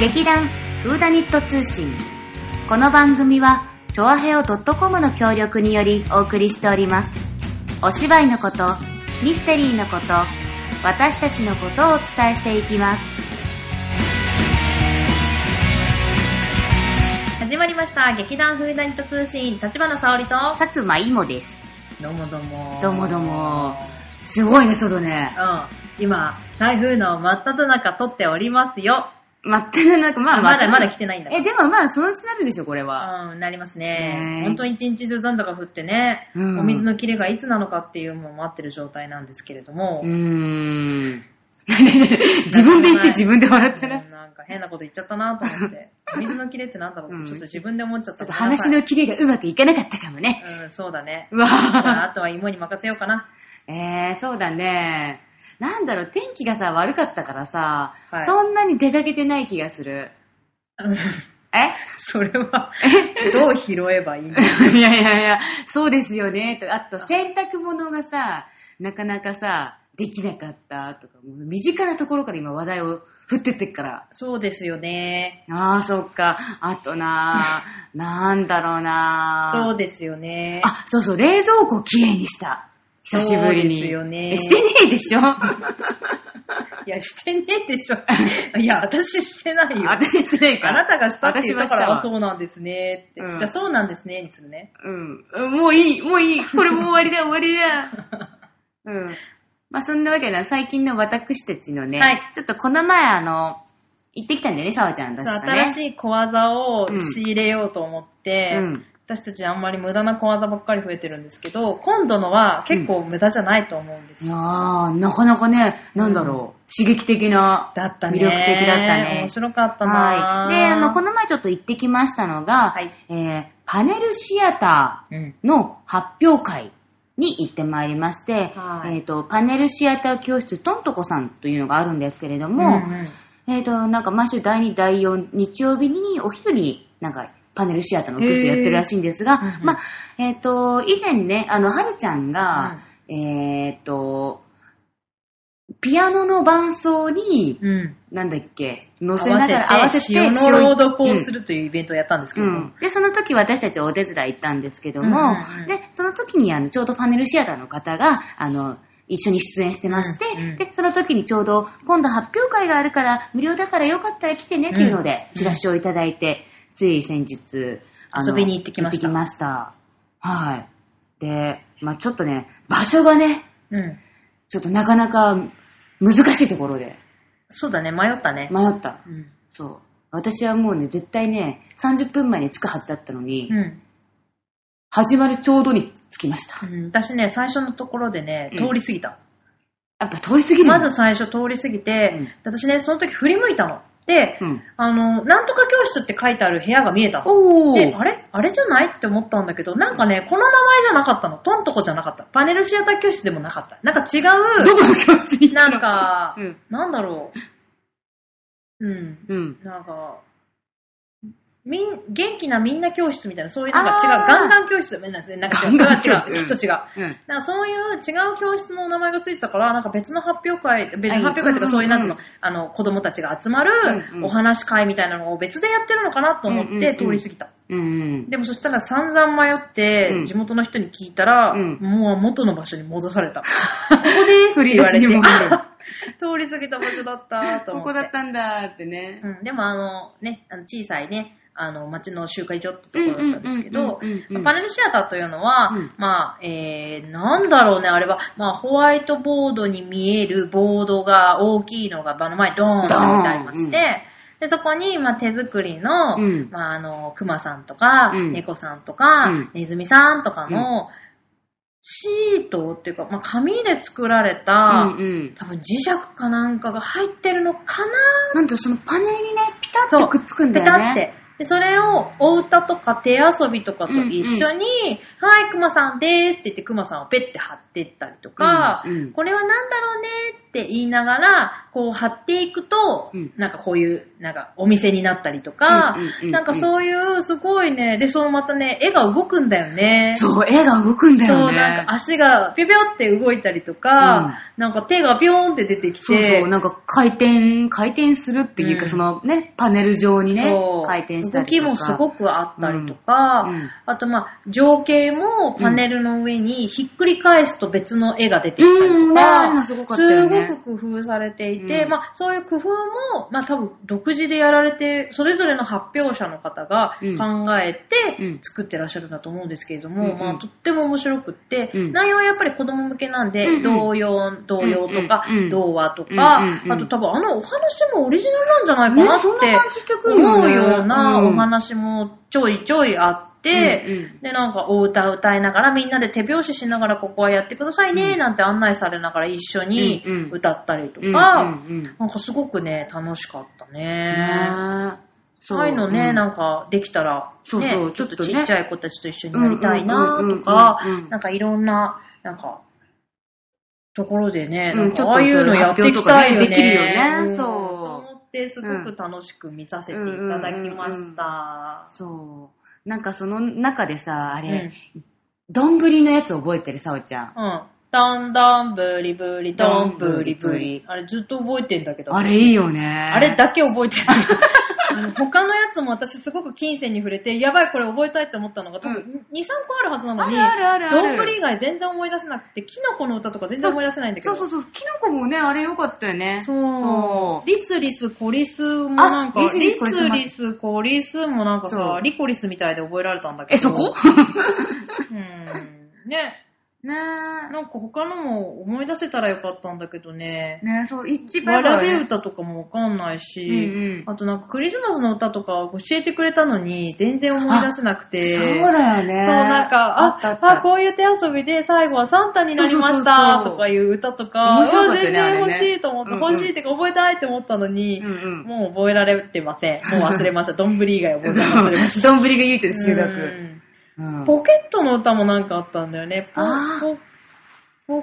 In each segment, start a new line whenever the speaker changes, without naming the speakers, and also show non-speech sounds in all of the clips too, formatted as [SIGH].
劇団フーダニット通信この番組はチョアヘオ .com の協力によりお送りしておりますお芝居のことミステリーのこと私たちのことをお伝えしていきます
始まりました劇団フーダニット通信立花沙織と
さつまいもです
どうもどうも
どうもどうもすごいね外ね
うん今台風の真っ只中撮っておりますよ
全くなんかまあ
まだまだ来てないんだ
えでもまあそのうちなるでしょこれは
うんなります
ね
ね
え
本当に一日中残高降ってね、
うん
お水の切れがいつなのかっていうのも待ってる状態なんですけれども、
うーん [LAUGHS] 自分で言って自分で笑ったな
うんなんか変なこと言っちゃったなと思って。お水の切れってなんだろう、
うん
ちょっと自分で思っちゃっ
ちょ
た。
っと話のキレがうまくいかなかったかもね。
うん、そうだね。
う
じゃあ、
わ
あとは芋に任せようかな。
ぁ。えー、そうだね。なんだろう、天気がさ、悪かったからさ、
はい
そんなに出かけてない気がする。え [LAUGHS]
それは、どう拾えばいいの
いやいやいや、そうですよね。とあと、洗濯物がさ、なかなかさ、できなかったとか、もう身近なところから今話題を振ってってっから。
[LAUGHS] そうですよね。
ああ、そっか。あとな
[LAUGHS]
ぁ、なんだろうなぁ。
そうですよね。
あ、そうそう、冷蔵庫きれいにした。久しぶりに。
そうですよね
えしてねえでしょ [LAUGHS]
いや、してねえでしょ。 [LAUGHS] いや、私してないよ。
私してないか
あ
ら。
なたがしたって言ったか
私はし
ら、あ
たわ
そうなんですねって。
うん
じゃあ、そうなんですねにするね。
うんうん。もういい、もういい。これもう終わりだ、終わりだ。 [LAUGHS] うん。まあそんなわけで、最近の私たちのね、
はい
ちょっとこの前あの、行ってきたんだよね、沢ちゃん
そ
だ
う
しとね。
新しい小技を
うん
仕入れようと思って、
うん
私たちあんまり無駄な小技ばっかり増えてるんですけど、今度のは結構無駄じゃないと思うんです。
いやー、なかなかね、なんだろう、刺激的な。
だったね。
魅力的だったね
面白かったな
は、い。で、あの、こ
の、
の前ちょっと行ってきましたのが、
はい
えーパネルシアター。
うん。
の発表会に行ってまいりまして、
はい
えっ、と、パネルシアター教室とんとこさんというのがあるんですけれど
もう
も、えっ、と、なんか毎週第2、第4、日曜日にお昼になんかパネルシアターの教室やってるらしいんですが
へ、ー
まあ、えっ、と、以前ね、あの、はるちゃんが、えっ、と、ピアノの伴奏に、
ん。うん。
なんだっけ、乗せながら合わせて、
塩の朗読
う
を
ん
するというイベントをやったんですけ
う
れど、
ん、でその時私たちお手伝い行ったんですけど
うん
も、
うんうん
でその時にあのちょうどパネルシアターの方があの一緒に出演してまして、
うんうん
でその時にちょうど今度発表会があるから無料だからよかったら来てねっていうので
うん
チラシをいただいて、つい先日あの
遊びに行ってきま
行って
した
きましたはいで、まあ、ちょっとね場所がね
うん。
ちょっとなかなか難しいところで
そうだね、迷ったね。
迷った
うん。
そう私はもうね絶対ね30分前に着くはずだったのに、
うん
始まるちょうどに着きました。
うん私ね、最初のところでね、通り過ぎた。
やっぱ通り過ぎる
まず、最初通り過ぎて、
うん
私ね、その時振り向いたの。で、
うん。
あの、なんとか教室って書いてある部屋が見えたの。
お
で、
ー
あれあれじゃないって思ったんだけど、なんかね、この名前じゃなかったの。トントコじゃなかった。パネルシアター教室でもなかった。なんか違
ど
う、
この教室に行った
な
の
んか、
うん。
なんだろう。うん。
うん。
なんか、みん、元気なみんな教室みたいな、そういうなんか違う、
あー
ガンガン教室みたいなんですね。なんか違う、
ガンガン
それは違
教
う、
室
きっと違う。
うん。
なんかそういう違う教室の名前がついてたから、なんか別の発表会、別の
はい
発表会というか、そういう
うんう
なんん
う
つ
ん
うの、あの、子供たちが集まる
うんうん
お話会みたいなのを別でやってるのかなと思って
うんうんう
通
ん
り過ぎた。
うん。
でもそしたら散々迷って、
うん
地元の人に聞いたら、
うん
もう元の場所に戻され
[LAUGHS]
た。ここです
振り出しに戻る
[LAUGHS] 通り過ぎた場所だったと思って。
ここだったんだーってね。
うん、でもあのね、あの小さいね、あの町の集会所ってところだったんですけ
うんうん
ど
うんうんうんうん、
パネルシアターというのは、
うん
まあ、えー、なんだろうね、あれは、まあ、ホワイトボードに見えるボードが大きいのが場の前にドーンと置いてありまして、
ドー
で、そこに、まあ、手作りの、
うん
まあ、あの、熊さんとか、
うん
猫さんとか、
うん
ネズミさんとかの、シートっていうか、まあ、紙で作られた、
うんうん。
多分磁石かなんかが入ってるのかな
なんとそのパネルにね、ピタッとくっつくんだ
ペタ
よね。
って。で、それをお歌とか手遊びとかと一緒に、はい、熊さんですって言って熊さんをペッて貼ってったりとか、
うんうん
これはなんだろうねって言いながら、こう貼っていくと、
うん
なんかこういう、なんかお店になったりとか、
うんうんうんうん
なんかそういう、すごいね、で、そのまたね、絵が動くんだよね。
そう、絵が動くんだ
そう、
よね。
なんか足がぴょぴょって動いたりとか、なんか手がぴょーんって出てきて、
そうそう、なんか回転、回転するっていうか、
うん
そのね、パネル上にね
そう、
回転したりとか。
動きもすごくあったりとか、
うんうん
あとまあ、情景もパネルの上にひっくり返すと別の絵が出てきたり
うん
と
ねあ
か、
れもすごかったよね
すごく工夫されていて、
うん
まあ、そういう工夫も、まあ多分独自でやられて、それぞれの発表者の方が
うん
考え
う
て
ん
作ってらっしゃるんだと思うんですけれど
うん
も、
うん
まあ、とっても面白くって、
うん
内容はやっぱり子供向けなんで、
うんうん
童謡、童謡とか、
うんうん
童話とか、
うんうんうん
あと多分あのお話もオリジナルなんじゃないかな
ね、
って、
そんな感じしてくる
思
よ
う
ね
ようなお
っ
話もちょいちょいあって、
うんうん
で、なんかお歌歌いながらみんなで手拍子しながらここはやってくださいね
うん
なんて案内されながら一緒に
うんうん
歌ったりとか、
ね
なんかすごくね、楽しかったね。
え
そういうのね、
うん
なんかできたら、ね、
そうそう
ちょ
ちょ
っと
っと
ち
ね
っちゃい子たちと一緒にやりたいなとか
うんうんうんうんうんう、ん
なんかいろんな、なんか、ところでね、
うん
なん
ちょっと
かああいうのやっていきたいよ
そういう発表とかねで
ね。
きるよねそう
んと思って、すごく楽しく見させていただきました。
そう。なんかその中でさ、あ
うん
れ、丼、のやつ覚えてる、さおちゃん。
うん。どんどんぶりぶり、どんぶりぶ
どんぶりぶり
り。あれずっと覚えてんだけど。
あれいいよね。あ
あれだけ覚えて
[LAUGHS]
ない。あの他のやつも私すごく金銭に触れて、やばいこれ覚えたいって思ったのが多分
う
2、3個あるはずなの
あ
に、
るあるあるある。
どんぶり以外全然思い出せなくて、キノコの歌とか全然思い出せないんだけ
そ
ど。
うそう
そ
そう。キノコもね、あれよかったよね。
そう
そ
リスリスコリスもなんか、
あリ
リ
ス
ス
リスコリスも
リスコリスもなんか
そ
さ
う、
リコリスみたいで覚えられたんだけど。
え、そこ [LAUGHS]
うん。ね。
ねえ。
なんか他のも思い出せたらよかったんだけどね。
ねえ、そう、一番
わらべ
ね
歌とかもわかんないし、
うんうん
あとなんかクリスマスの歌とか教えてくれたのに全然思い出せなくて。
そうだよね。
そうなんか、
あ
あ
ったあっ
あ
た。
こういう手遊びで最後はサンタになりまし
そうそうそう
た
そう
とかいう歌とか、
面白かったよ
全
ね
然欲し
あれね
いと思って、
うんうん
欲しいってか覚えたいって思ったのに、
うん
もう覚えられてません。もう忘れ
[LAUGHS]
ました。どんぶり以外覚えた忘れました。
どんぶりが唯一の収
う
穫。
ん
うん
ポケットの歌もなんかあったんだよね。ポ
あー
ポポ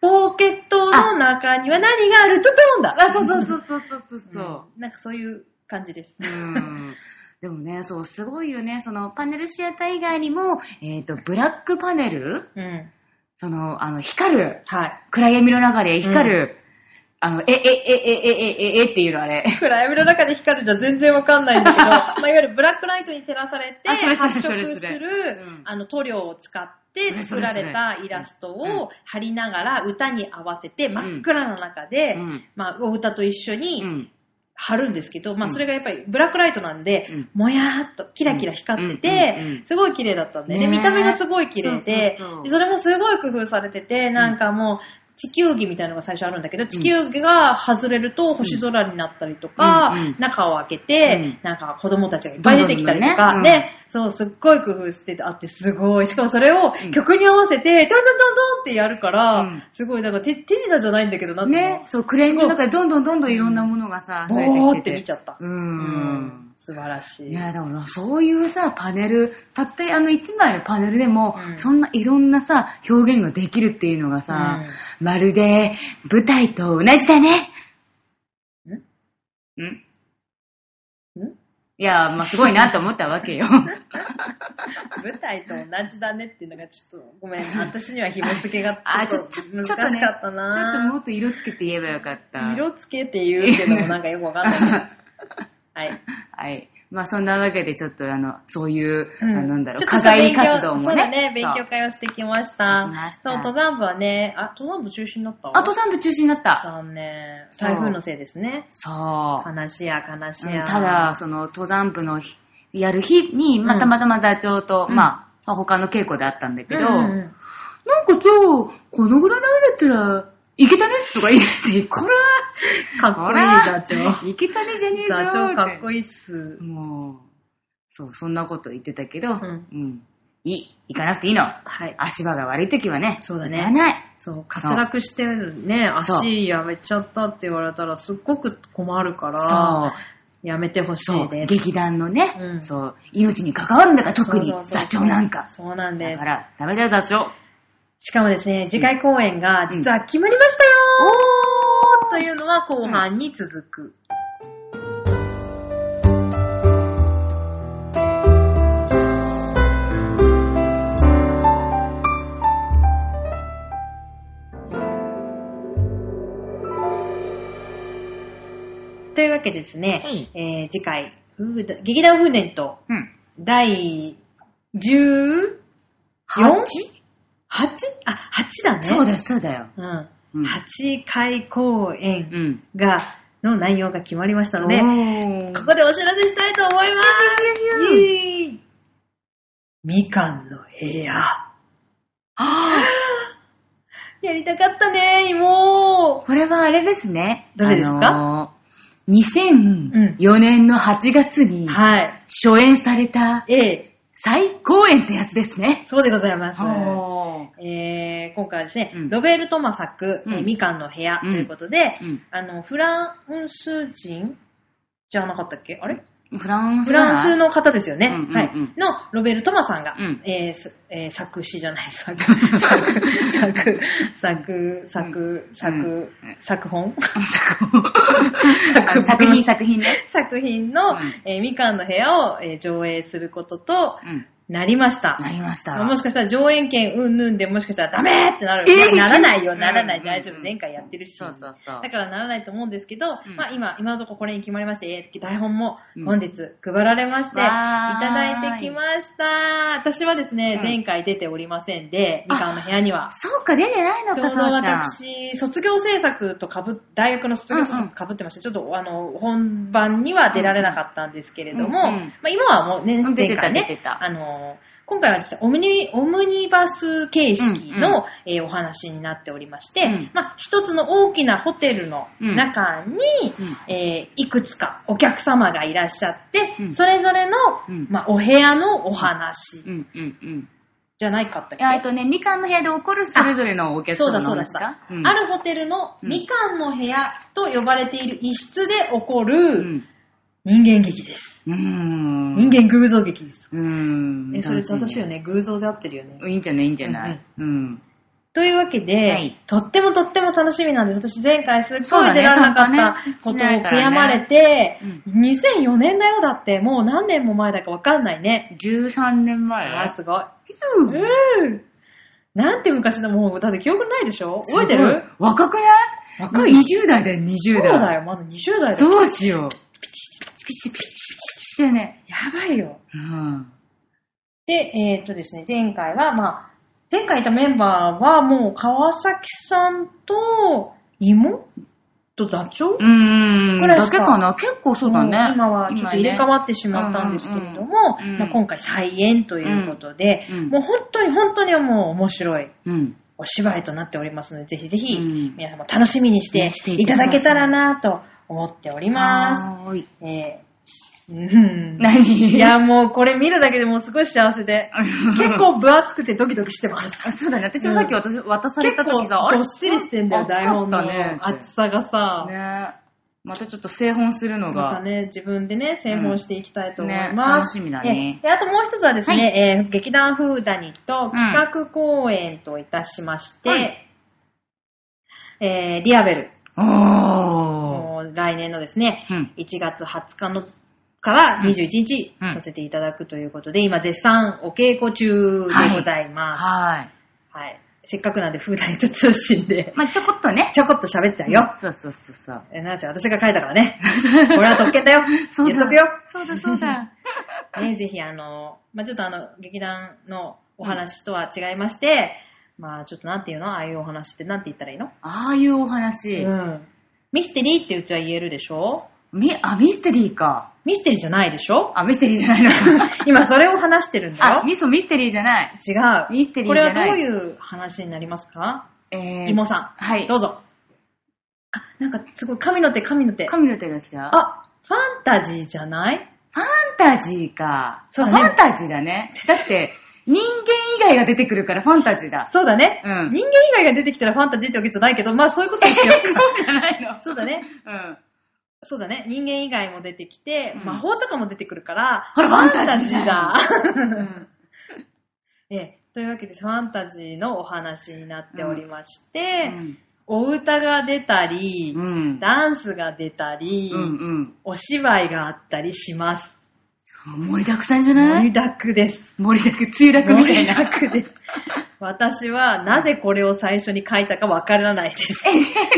ポケットの中には何があるトトンだ
あ、そうそうそうそうそうそうそう。
うんなんかそういう感じです。
うんでもね、そう、すごいよね。その、パネルシアター以外にも、えっ、と、ブラックパネル
うん。
その、あの、光る。
はい。
暗闇の中で光る。あの、え、え、え、え、え、え、え、えっていうのあれ。
暗闇の中で光るじゃ全然わかんないん
[LAUGHS]
だけど、まあ、いわゆるブラックライトに照らされて
あそれそれ
発
それ
色する
うん
あの塗料を使って
それそ
作
れそ
ら
れ
れたイラスト
うん
を貼りながら歌に合わせて真っ暗な中で、
うん
まあ、お歌と一緒に
うん。
貼るんですけど、
う
まあ
ん
それがやっぱりブラックライトなんで、
うん
もやーっとキラキラ光ってて、
うんうんうん
すごい綺麗だったんで、ね、
ねー
見た目がすごい綺麗で
そうそうそう
でそれもすごい工夫されてて、なんかもう、地球儀みたいなのが最初あるんだけど、地球儀が外れると星空になったりとか、
うんうん
中を開けて、
うん
なんか子供たちがいっぱい出てきたりと
ど
か、
んどんどん
で
ね
そう、すっごい工夫しててあって、すごい。しかもそれを
うん
曲に合わせて、ドンドンドンドンってやるから、
うん
すごい、だから手手品じゃないんだけど、なんていうの
ね、そう、暗闇の中でどんどんどんどんいろんなものがさ、増え
ぼー
き
って見ちゃった。
う。
うん素晴らしい。
ねだからそういうさ、パネル、たったあの1枚のパネルでも、
うん
そんないろんなさ、表現ができるっていうのがさ、まるで舞台と同じだね。んん
ん
いや、まあ、すごいなと思ったわ
[LAUGHS]
けよ。
舞台と同じだねっていうのがちょっと、ごめん、私には紐付けが
あ、
ち
ち
ょ
ょ、
っ
ち
と
ょ、ちょっとね、
難しかった
ちょっとも
な
っと色つけて言えばよかった。
色付けって言うっていうのもなんかよくわかんないけど。 [LAUGHS] はい。
はい。まあ、そんなわけで、ちょっと、あの、そういう、
うん
あのなんだろう、
ちょ
課
っと
外
勉強
活動もね。
そうだね、勉
そ
強
う
会をしてきまし
してきま
た。
した
そう、登山部はね、あ、登山部中止になった
あ、登山部中止になった。
残念。
そう
台風のせいですね。
そう。
悲しいや、悲し
う
い
ん
や。
ただ、、その、登山部の日やる日に、まあ
うん
たまたま座長と、
うん
まあ、他の稽古であったんだけ
け
ど、
ど、
なんか今日、このぐらいの雨だったら、いけたねとか言って、こら
かっこいい座長。
いけたねじゃねえぞ
座長かっこ
い
いいっす。
もう、そう、そんなこと言ってたけど、うん
ん、
いい、行かなくていいの。
はい。
足場が悪い時はね、
そうだね
行かない。
そう、滑落してね、
そう
足やめちゃったって言われたらすっごく困るから、
そう。
やめてほし
そ
いうで、す。
劇団のね、
うん
そう、命に関わるんだから特に
そうそうそう
座長なんか。
そうなん
だ
です
か。ら、ダメだよ座長。
しかもですね、次回公演が実は決まりましたよー、というのは後半に続く。というわけでですね、
はい
えー次回、風だ劇団風伝と
うん。
第 10?
8?
八あ、八だね。
そうです、そうだよ。
うん。
うん
八回公
う
演
ん。
が、の内容が決まりましたので、こ
ね
こでお知らせしたいと思います
イエイ
イエーイみかんの部屋。
あ
やりたかったね、も
ーこれはあれですね。
どれですか
か、2004年の8月に
う。はい。
初演された
ええ、
再公演ってやつですね。
そうでございます。
は
えー、今回はですね、
うん
ロベルト・マ作、えー
うん
みかんの部屋ということで、
ーうん
あの、フランス人じゃなかったっけあれ
フランス
フランス
の、
の方ですよね。
うんうんうん
はい。の、ロベルト・マさんが、
うん
えーすえー作詞じゃない、
[LAUGHS]
作、作、作、作、作、作、作本
[LAUGHS]
[LAUGHS]
あの作品作品ね。
作品の、
うん
えーみかんの部屋を、えー上映することと
うん。
なりました。
なりました。
もしかしたら上演権うんぬんでもしかしたらダメってなる。
えー
まあならないよ、ならな
う
い。
んうんうん
大丈夫。前回やってるし。
そうそうそう
だ。からならないと思うんですけど、
うん
まあ今、今のところこれに決まりまして、えー台本も
うん
本日配られまして、い
わーい
ただいてきました。私はです
う
ね、
ん
前回出ておりませんで、みかんの部屋には。
そうか、出てないのか、
ち
そ
ょうど
うちゃん。
私、卒業制作とかぶ、大学の卒業制
うんうん
作かぶってまして、ちょっとあの、本番には出られなかったんですけれども、
うんうん
まあ今はもうね、
うん出て
前
た
回
出
ね
て、た
あの、今回はですね、オムニ、オムニバス形式
うんう
の、えーお話になっておりまして、
うん
まあ一つの大きなホテルの中
う
に、
ん
えーいくつかお客様がいらっしゃって、
うん
それぞれの、
うん
まあ、お部屋のお話
うんうんうん。
じゃないかったっ
い
け、
やえっとね、みかんの部屋で起こるそれぞれのお客
そう
様
だ
の
そうだ
話
そうだ
か、うん
あるホテルの
うん
みかんの部屋と呼ばれている一室で起
う
こる
ん。
人間劇です。
うーん。
人間偶像劇です。
うーん。
え、それ正しいよ
ね。
ね。偶像で合ってるよね。
いいんじゃないいいんじゃないうん。
というわけで、
はい
とってもとっても楽しみなんです。私前回すっ
そ
ご
う
い
だ
出
ね
られなかったこと
参加ね
を
しないか
悔
らね
やまれて、
う
2004年だよだって、もう何年も前だかわかんないね。
13年前。
あーすごい。
うん
うん。なんて昔だもん、だって記憶ないでしょ覚えて
すごい
る
若くない
若い
?20 代だよ、20
そ
代。
うだよ、まだ20代だよ。
どうしよう。ピチピチピチピチピチピチピチだね。
やばいよ。
うん。
で、えっ、とですね、前回は、まあ、前回いたメンバーはもう川崎さんと芋と座長、
うーん。
これし
だ
か
けかな結構そうだ
も
ね。
今はちょっと入れ替
っ
わってしまったんですけれども、
うんうんうん
まあ、今回再演ということで、
うんうん
もう本当に本当にもう面白い
うん。
お芝居となっておりますので、ぜひぜひ
うん
皆様楽しみにして
ねして
い
い
た
た
だ
だ
け
け
た
た
ら
ら
なと思っておりま
はーい。
す。えー
[LAUGHS]
うん
何
いや、もうこれ見るだけでもうすごい幸せで、結構分厚くてドキドキしてます。
あそうだね。私もさっき渡す渡された時さ、あ
ど
れ
っしりしてんだよ、
あ熱
台
か
本
った
の
ね
厚さがさ。
ねまたちょっと製本するの
また
が。
ね、自分でね、製本していきたいと思い
うんね
ます。
楽しみだね
えであともう一つはですね、
はい
えー劇団フーダニット企画公演といたしまして、
はい
えーリアベル、
おー。
もう来年のですね、
うん
1月20日のから21日
うん
させていただくということで、今絶賛お稽古中でございます。
はい。
はい。せっかくなんで、フーダニット通信で、
まあ、ちょこっとね。
ちょこっと喋っちゃうよ。
そうそうそうそう。
えなんて私が書いたからね。 [LAUGHS] これは特 [LAUGHS] 権だよ。
そうだ
言っとくよ。
そうだそうだ。
ね、ぜひあの、まあ、ちょっとあの、劇団のお話とは違いまして、まあちょっとなんていうのああいうお話ってなんて言ったらいいの
[LAUGHS] ああいうお話。
ん。ミステリーってうちは言えるでしょ
み、あ、ミステリーか。
ミステリーじゃないでしょ
あ、ミステリーじゃないのか。
今それを話してるんだよ
あ、。ミソミステリーじゃない。
違う。
ミステリ
こ
ー
れ
じ
は
ゃ
ど
ないう
いう話になりますか
えー、
芋さ
はい
ん。。どうぞ。あ、なんかすごい、神の手、神の手。
神の手が来た。あ、
あ、ファンタジーじゃない
ファンタジーか。
そうだね
ファンタジーだね。だって、人間以外が出てくるからファンタジーだ。
そうだね。
うん
人間以
[LAUGHS]
外が出てきたらファンタジーってわけじゃないけど、まあそういうことにしようか。
じゃないの
そうだね。
うん。
そうだね、人間以外も出てきて、
うん
魔法とかも出てくるから、
ほら
ファンタジーだ。
うん
[LAUGHS] ええ、というわけで、ファンタジーのお話になっておりまし
う
て、
ん
お歌が出たり、
うん
ダンスが出たり、
うんうん。
お芝居があったりします。
盛りだくさんじゃな
盛
い
りだくです。
盛りだく、墜落み
盛
たい
り
な
だ。くです。私はなぜこれを最初に書いたかわからないです。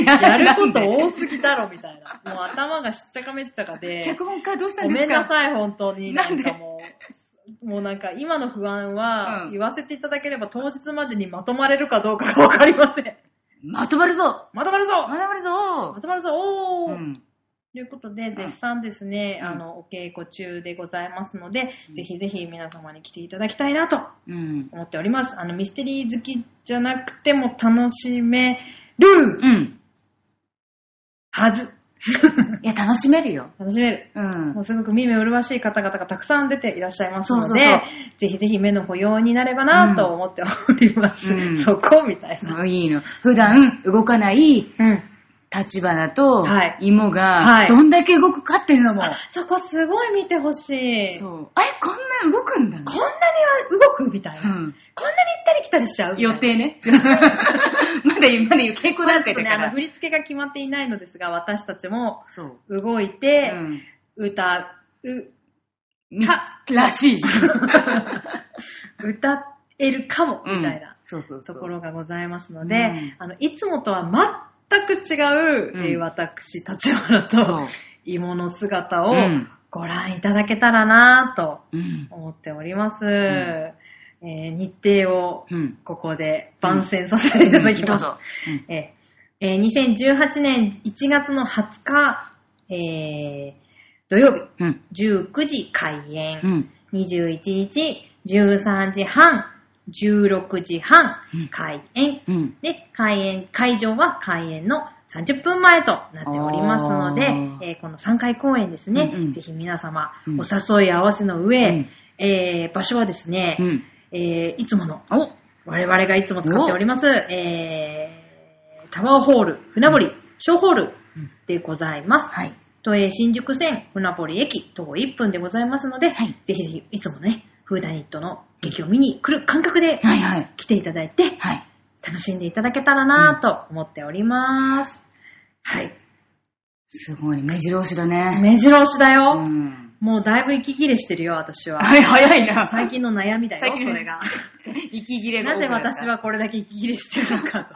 やること多すぎだろみたい
[LAUGHS]
な。もう頭がしっちゃかめっちゃかで、
脚本家どうした
ご
んです
め
か
んなさい本当に。な
なん
ん
で
かもう、もうなんか今の不安は
うん
言わせていただければ当日までにまとまれるかどうかがわかりません。
まとまるぞ
まとまるぞ
まとまるぞ
まとまるぞお
う
ー、
ん。
ということで、絶賛ですね、
うん
あの、お稽古中でございますので、
うん
ぜひぜひ皆様に来ていただきたいなと
うん。
思っております。あの、ミステリー好きじゃなくても楽しめる
うん。[LAUGHS]
はず。
いや、楽しめるよ。
楽しめる。
うん
もう。すごく耳麗しい方々がたくさん出ていらっしゃいますので、
そうそうそう
ぜひぜひ目の保養になればなと思っております。
うん
[LAUGHS] そこみたいな。
そういいの。普段動かない
うん。
立花と
はい
芋
は
が
い
どんだけ動くかっていうのも。
そこすごい見てほしい。こん
そう。あれ、こんな動くんだね
なには動くみたいな。こんなに
う
行
ん。
ったり来たりしちゃうみたい
予
な
定ね。 [LAUGHS] まだ、まだ稽古
ま
段
あち
階だ
ょっとね、
か
あの、
ら
振。り付けが決まっていないのですが、私たちも
そう。
動いうて、
ん。
歌う、
み
から
しい。
歌えるかも、みたいな
うん。そうそうそ
と
う。
ころがございますので、
うん
あの、いつもとは全く違う、
うん
えー私、立花
そ
と、芋の姿を
うん
ご覧いただけたらなぁと
う。うん。
思っております。
ん
えー日程を
うん。
ここで番宣させていただき
ど
ま
う
す。
ぞ。うん
えーえー2018年1月の20日、えー土曜日
うん。
19時開
う
演、
ん。
21日13時半、16時半
うん
開演。
うん。
で、開演、会場は開演の30分前となっておりますので、
あー
えーこの3回公演ですね、
うんうん
ぜひ皆様
うん
お誘い合わせの上、
うん
えー場所はですね、
うん。
えーいつもの
お
我々がいつも使っております、えー、タワーホール、船堀、小ホール
うん
でございます。
はい。
都営新宿線船堀駅徒歩1分でございますので、
はい
ぜひぜひいつものね、フーダニットの劇を見に来る感覚で
はいはい。
来ていただいて、
はい。
楽しんでいただけたらなぁと思っております。はい。
すごいね。目白押しだね。
目白押しだ
う
よ、
ん。
もうだいぶ息切れしてるよ、私
[LAUGHS]
は。
はい、早いな。
最近の悩みだ
最
よ、そ
近の [LAUGHS]
れが。
息切れが
な
多
ぜ
くった
私はこれだけ息切れしてるの
[LAUGHS]
かと。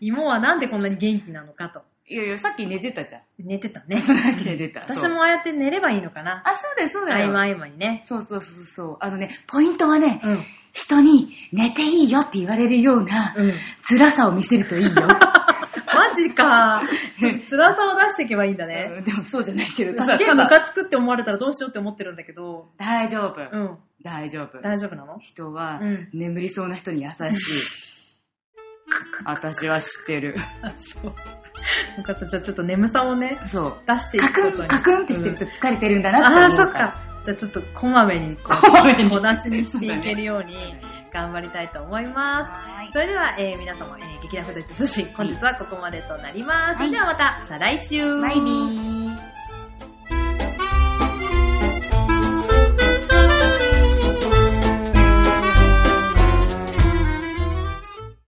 芋はなんでこんなに元気なのかと。
いやいや、さっき寝てたじゃん。
寝て
[LAUGHS]
たね。
さっき寝てた。
私
そう
もああやって寝ればいいのかな。
あ、そうだよ、そう
合
だよ。
間合間にね。
そうそうそうそう。あのね、ポイントはね、
うん。
人に寝ていいよって言われるような
うん。
辛さを見せるといいよ。
マジか。ちょっと辛さを出していけばいいんだね。
うんでもそうじゃないけど、た
す
だ
げえ
た
ム
だ
カつくって思われたらどうしようって思ってるんだけど。
大丈夫。
うん。
大丈夫。
大丈夫なの
人は
うん
眠りそうな人に優しい。私は知ってる。
あ、そう。よかった。じゃあちょっと眠さをね、
そう。
出してい
カ
く
ク
こと
ン、
に。
カクンってしてる
うん
と疲れてるんだ
あ
な
あ、
って
そ
思
っ
うから。
か。じゃあちょっとこまめに、こ
こまめに
う、小出しにしていけるように頑張りたいと思います。
はい
それでは、えー皆様、えー、劇団フルーツ通信、本日はここまでとなりま
はい
す。それではまた、再来週。
バイビー。